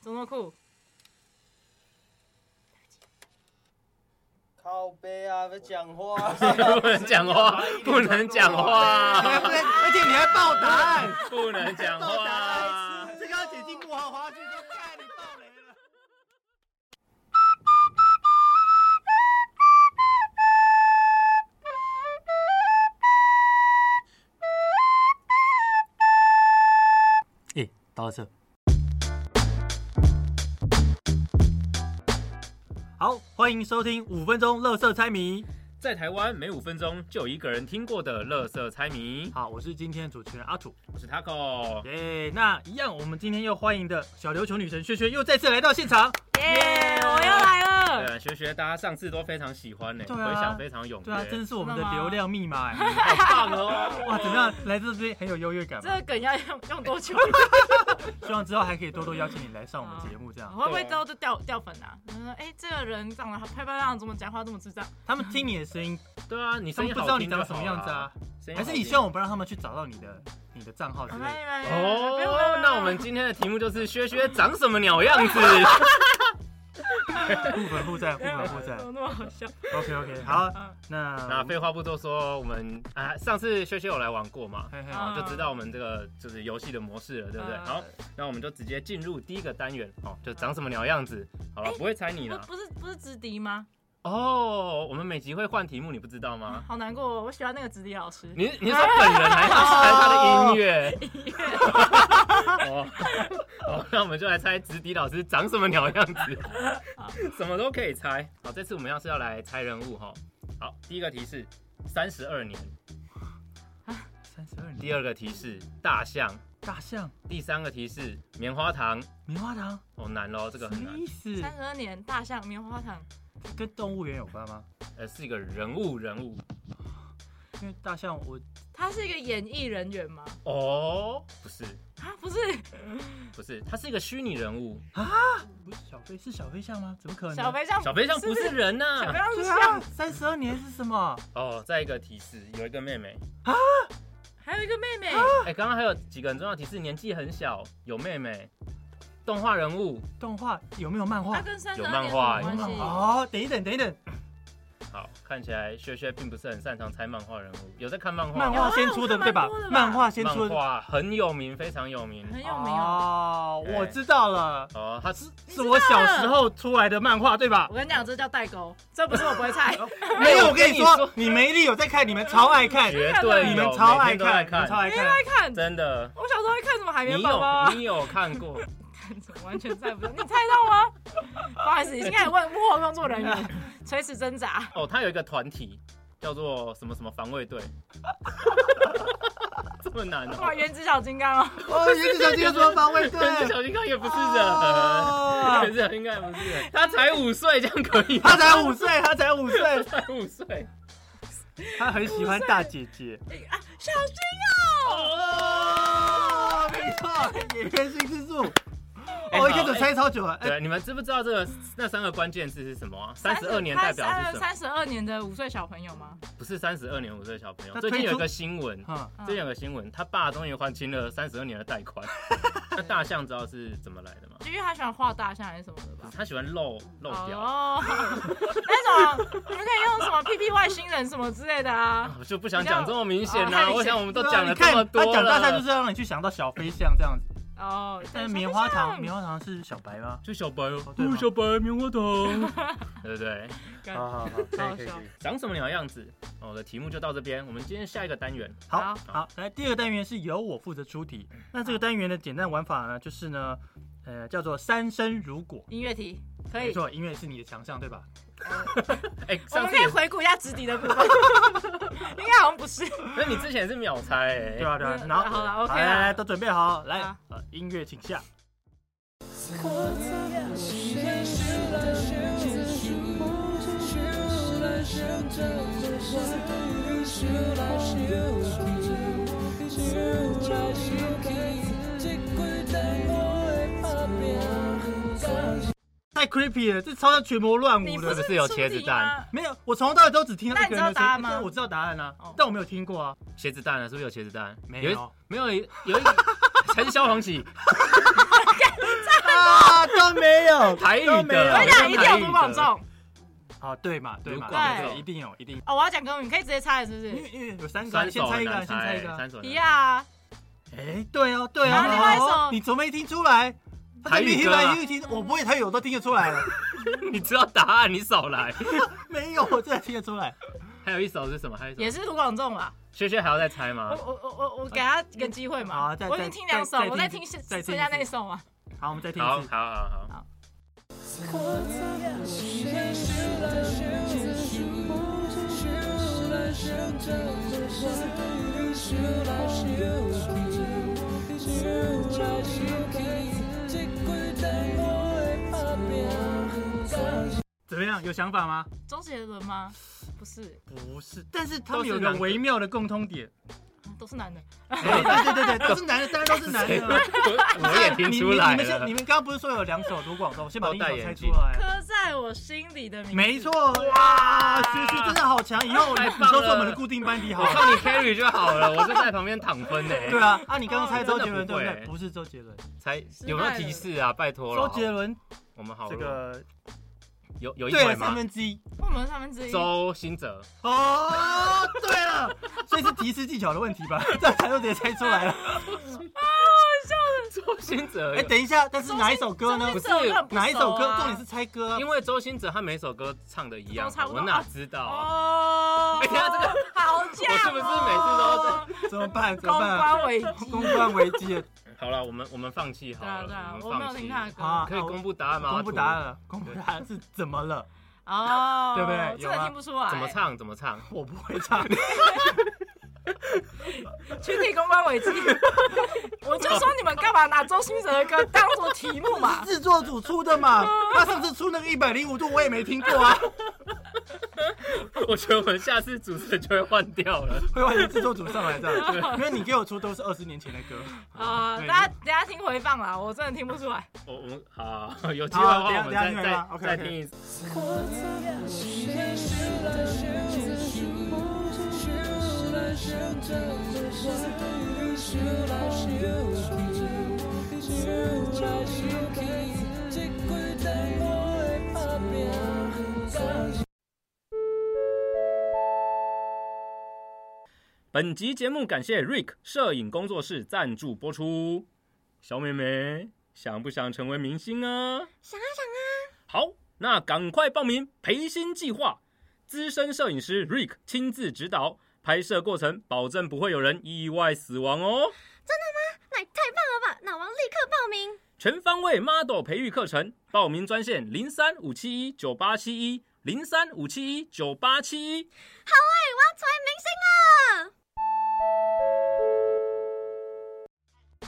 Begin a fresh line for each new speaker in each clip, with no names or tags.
怎么酷？
靠背啊，别讲话、
不能讲话，不能讲话，
而且你还爆答案，
不能讲话。
这个要剪进幕后花絮，说看你爆雷了。哎、到这。好，欢迎收听五分钟乐色猜谜。
在台湾，每五分钟就有一个人听过的乐色猜谜。
好，我是今天的主持人阿土。
我是 Taco，
耶、那一样，我们今天又欢迎的小琉球女神萱萱又再次来到现场。
耶！我又来
对
了。
啊，学学，大家上次都非常喜欢呢，
对啊
回响非常踊
对啊，真
跃，
是我们的
真的吗
流量密码、哎
好棒哦！
哇，怎么样？来这边很有优越感
这
吗？
个梗要用用多久？
希望之后还可以多多邀请你来上我们节目，这样
会不会之后就掉掉粉啊？嗯，哎，这个人长得好漂漂亮亮，怎么讲话这么智障？
他们听你的声音，
对啊，你
他
声
们
音
不知道你长什么样子啊？
声音好听就好啦，
还是你希
笑？
望我不让他们去找到你的你的账号之类的？
哦，那我们今天的题目就是薛薛长什么鸟样 子？
互粉互赞，互粉互赞
怎。么那么好笑？
OK OK，好，
嗯
那
那废话不多说，我们啊，上次薛薛有来玩过嘛？
嘿嘿
啊
就知道我们这个就是游戏的模式了，对不对？
嗯
好，那我们就直接进入第一个单元，哦，就长什么鸟样子。好了，
哎
不会猜你
不
了。
不是不是直笛吗？
哦，我们每集会换题目，你不知道吗？
好难过哦，我喜欢那个直笛老师。
啊 你你是说本人还是
哦
还是他的音乐？音乐。哦，好，那我们就来猜直笛老师长什么鸟样子
好，
什么都可以猜。好，这次我们要是要来猜人物哈。好，第一个提示三十二年，
三十二年
第二个提示大象，
大象
第三个提示棉花糖。
棉花糖，
哦，难咯，这个
什
很
么
难。
意思？
三十二年大象棉花糖，
跟动物园有关吗？
呃，是一个人物人物
因为大象我
他是一个演艺人员吗？
哦，不是
啊，不是
不是，他是一个虚拟人物，
不是小飞是小飞象吗？怎么可能？
小肥象，
小飞象不是人呐、
小肥象是
对
象
啊，，三十二年是什么？
哦，再一个提示，有一个妹妹，
还有一个妹妹，
啊
哎、刚刚还有几个很重要的提示，年纪很小，有妹妹，动画人物，
动画有没有漫画
她？跟三十
有
二
漫
年
画
有
有
关
漫
系？
哦，等一等，等一等，
好，看起来薛薛并不是很擅长猜漫画人物，有在看漫画
漫
吗？
画先出的
有啊
对吧
我看蛮多的？吧
漫画先出
哦漫
的，
画很有名，非常有名。
很有名哦。
哦，
哎
我知道了，
哦，他是
是我小时候出来的漫画对吧
我？跟你讲，这叫代沟，这不是我不会 猜。
没有，我跟你
我跟你
说，你没力有在看，你们超爱看，
绝对有，
哎你们超
哦每
爱
天都在
看，你们超爱
看，
没
看
人。爱看，
真的。
我小时候会看什么海绵
你
宝宝啊
有，你有看过？
完全猜不到，你猜到吗？不好意思，已经开始问幕后工作人员，垂死挣扎。
哦，他有一个团体叫做什么什么防卫队，这么难哦、
哇，原子小金刚哦，
哦，原子小金有什么防卫队？
原子小金刚也不是
哦
人，原子小金刚也不是人，他才五岁，这样可以吗？
他才五岁，他才五岁，
才五岁，
他很喜欢大姐姐。
哎
小金哦
哦，没错，演员新之助。
哎
哦，一开始猜超久了，哎，
对，你们知不知道这个那三个关键字是什么、啊？三十二年
他
代表是什么？
三十二年的五岁小朋友吗？
不是三十二年五岁的小朋友。
那
最近
推
有
出
一个新闻，
嗯，
嗯
最近有个新闻，他爸终于还清了三十二年的贷款。那大象知道是怎么来的吗？
就因为他喜欢画大象还是什么的吧？
他喜欢漏 漏掉。
哦，那种你们可以用什么 PP 外星人什么之类的啊？
我就不想讲这么明显
你知
呐、
道哦
我想我们都
对啊
讲了
你
这
看
么多
他讲大象就是是要让你去想到小飞象这样子。
哦，
呃
但棉花糖，
对
棉花糖是小白吗？
就小白哦
对吗
哦小白棉花糖， 对不
小
对？
金刚
好好，
好笑。
长什么鸟样子？哦我的题目就到这边，我们今天下一个单元，
好好，来第二个单元是由我负责出题。那这个单元的简单玩法呢，就是呢，呃，叫做三生如果。
音乐题可
没
以，
错，音乐是你的强项，对吧？
哎、
我
上
们可
次
以
也是，
回顾一下直笛的 部分，应该好像不是。
那你之前是秒猜哎、
对啊，对啊。
嗯
然后
好了，OK
来来
啦
来，都准备好，来
好，
呃音乐请下。太 creepy 了，这超像群魔乱
你
舞
不
的。
是有茄子蛋
吗？
没有，我从头到尾都只听到
那你
一个
知道
人的
答
声
案
音，
吗
但我知道答案啊
哦，
但我没有听 过啊。
茄子蛋啊，是不是有茄子蛋？
没有
一，没有一有一个才是消防旗，
啊，对 有，
台语
都没有
的，
我跟你啊讲，一定有
读
读广
啊
众
哦，对嘛，对嘛，
如
果
对，
对
一定有，一定。
哦。我要讲歌名，可以直接猜了，是不
因为
是？
因为有三个啊，
三
你
首
先猜
很
一个啊，
难
先猜一个啊。
三首很
一
难
样啊，
哎，对哦，对哦，
然后另外一首
哦你怎么没听出来？
台语
听
歌啊
来又听，我不会台语，我都听得 出来了。
你知道答案，你少来。
没有，我真的听得出来。
还有一首是什么？还有一首
也是读广众吧。
薛薛还要再猜吗
我？我我我我给他一个机会
嗯好
嘛
啊再，
我已经听两首
再，再
我再
听
听
一次
剩
再听
剩
一
下
次
那一首嘛。
好，我们再听
好
一
好
次。
好好，
怎么样？有想法吗？
周杰伦吗？不是，
不是，但是他们
都是
有个
男的
微妙的共通点。
都是男的。
对对对 对，都是男的，当然都是 男
谁
的。
我我也听出来
你你们先，
了
你。们刚刚不是说有两首卢广仲，我先把
都
第一首
戴
猜
眼
出
镜
来。
刻在我心里的名字。
没错，哇，学习真的好强！以后
太
你
棒
都是我们
了
的固定班底好
我
了。
靠你 carry 就好了，我就在旁边躺分呢。
对，啊，啊，你刚刚猜
哦
周
真
杰
的
伦对
不
不
会
对？不是周杰伦，
才有没有提示啊？拜托了。
周杰伦
我们好
这
弱
个
有有一
对
回
了三
吗？
分之一。
我们三分之一。
周 兴哲，
哦，对了，所以是提示技巧的问题吧？ 这样才就直接猜出来了。
周兴哲
哎，，等一下，但是哪一首歌呢
周？
是
杰伦这首歌很不熟啊
哪一首歌？重点是猜歌啊。
因为周兴哲他每首歌唱的一样
都差，不多
我哪知道啊？
哦，
哎等一下这个
好像
我是不是每次都在
怎么办？怎
公
么办啊？
关危机？
公关危机了
好了，我们我们放弃好
对啊对
了
啊，，
我
我
们
没有
放
听
弃。
他的歌
啊
可以公布答案吗？
公布答案
阿
了，公布答案是怎么了？
哦，
对不对
这
有
个
啊
听不出来。
土怎么？唱？怎么唱？
我不会 唱，
群体公关危 机。我就说你们干嘛拿周兴哲的歌当做题目 嘛？
制作组出的 嘛。他上次出那个一百零五度，我也没听过 啊。
我觉得我们下次主持人就会换掉了。
会换成制作组上来这 样，因为你给我出都是二十年前的歌。
啊，
对哎
大家等一下听回放啦，我真的听不出来。
我我们好，有机会的话我
好等
们再
一下等一下
再
，OK，OK
再听一次。本集节目感谢 Rick 摄影工作室赞助播出。小妹妹，想不想成为明星啊？
想啊想啊，
好，那赶快报名培新计划，资深摄影师 Rick 亲自指导，拍摄过程保证不会有人意外死亡哦。
那也太棒了吧！那我要立刻报名。
全方位 model 培育课程，报名专线零三五七一九八七一零三五七一九八七一。
哎，我要成为明星了！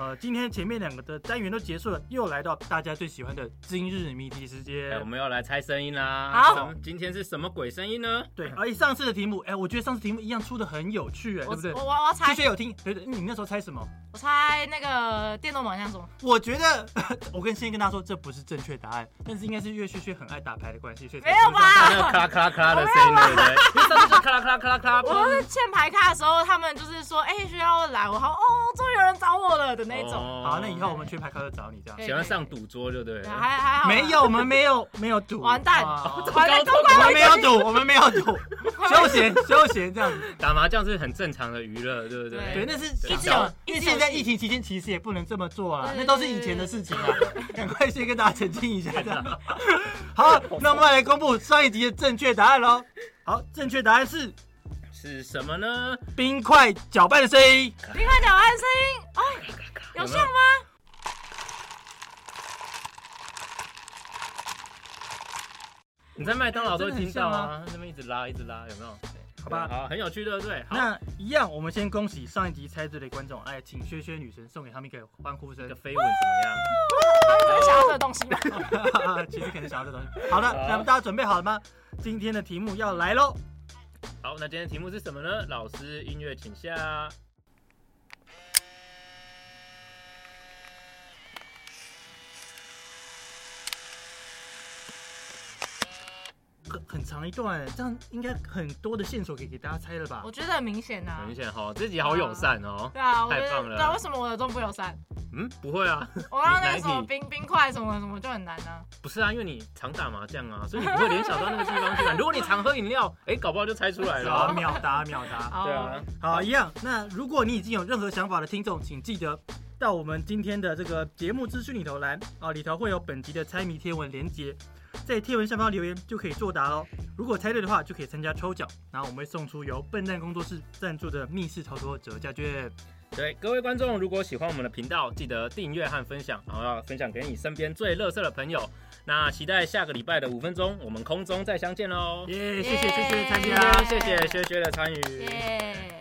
呃，今天前面两个的单元都结束了，又来到大家最喜欢的今日谜题时
哎，
间
我。们要来猜声音啦！
好
什么，今天是什么鬼声音呢？
对，而且上次的题目，哎，我觉得上次题目一样出的很有趣，哎，
我
对不对
我？我我
谢
猜
谢有听，对对，你那时候猜什么？
我猜那个电动猛像什么？
我觉得， 我跟先跟大家说，这不是正确答案，但是应该是岳轩轩很爱打牌的关系，所以才
没有吧
那个咔 啦咔啦咔啦的声音，对不对？因为上次就咔啦咔啦咔啦
哦
咔啦。哦
我是欠牌卡的时候，他们就是说，哎、学校来，我好哦，终于有人找我了的那种。
哦
好，那以后我们缺牌咖就找你这样
对。
喜欢上赌桌，就对
对
了。
还还好，
没有，我们没有没有赌，
完蛋
啊
完了，
糟
公
我
关
们
危
没
机
有赌，我们没 有赌，休闲休闲这样子。
打麻将是很正常的娱乐，对不对？
对
对，那是
一直
小
有
因为
一直有
现在疫情期间其实也不能这么做啊，那
对对
都是以前的事情啊。赶快先跟大家澄清一下，这样。 好，那我们来公布上一题的正确答案喽。好，正确答案是
是什么呢？
冰块搅拌的声音。
另外两岸声音，哦，有像吗？
你在麦当劳都会
真的很
听到
像
啊
啊，
那边一直拉，一直拉，有没有？对
好吧
好，很有趣，对不对？好，
那一样，我们先恭喜上一集猜对的观众，哎，请薛薛女神送给他们一个欢呼声
这个。飞吻怎
他
么样？
们真的想要这个东西吗？
其实可能想要这东西。好了，那么大家准备好了吗？今天的题目要来喽。
好，那今天题目是什么呢？老师，音乐请
啊
下。
很很长一段，这样应该很多的线索可以给大家猜了吧
我？觉得很明显呐、啊
很明显哈，这集好友善哦。
对啊，我觉
太
得
棒了
对啊，为什么我的中不友善？
嗯，不会啊，
我刚刚那
哪
个
一
什么
题
冰冰块什么什么就很难啊。
不是啊，因为你常打麻将啊，所以你不会联想到那个地方去啊。如果你常喝饮料，哎、搞不好就猜出来了
好，
啊。
秒答秒答。
哦
对啊，，
好，一样。那如果你已经有任何想法的听众，请记得到我们今天的这个节目资讯里头来啊，里头会有本集的猜谜贴文连接，在贴文下方留言就可以作答哦。如果猜对的话，就可以参加抽奖，然后我们会送出由笨蛋工作室赞助的密室逃脱折价券。
对，各位观众，如果喜欢我们的频道，记得订阅和分享，然后要分享给你身边最乐色的朋友。那期待下个礼拜的五分钟，我们空中再相见喽。
耶、谢谢谢谢参
耶
加。
谢谢薛薛的参与。
耶。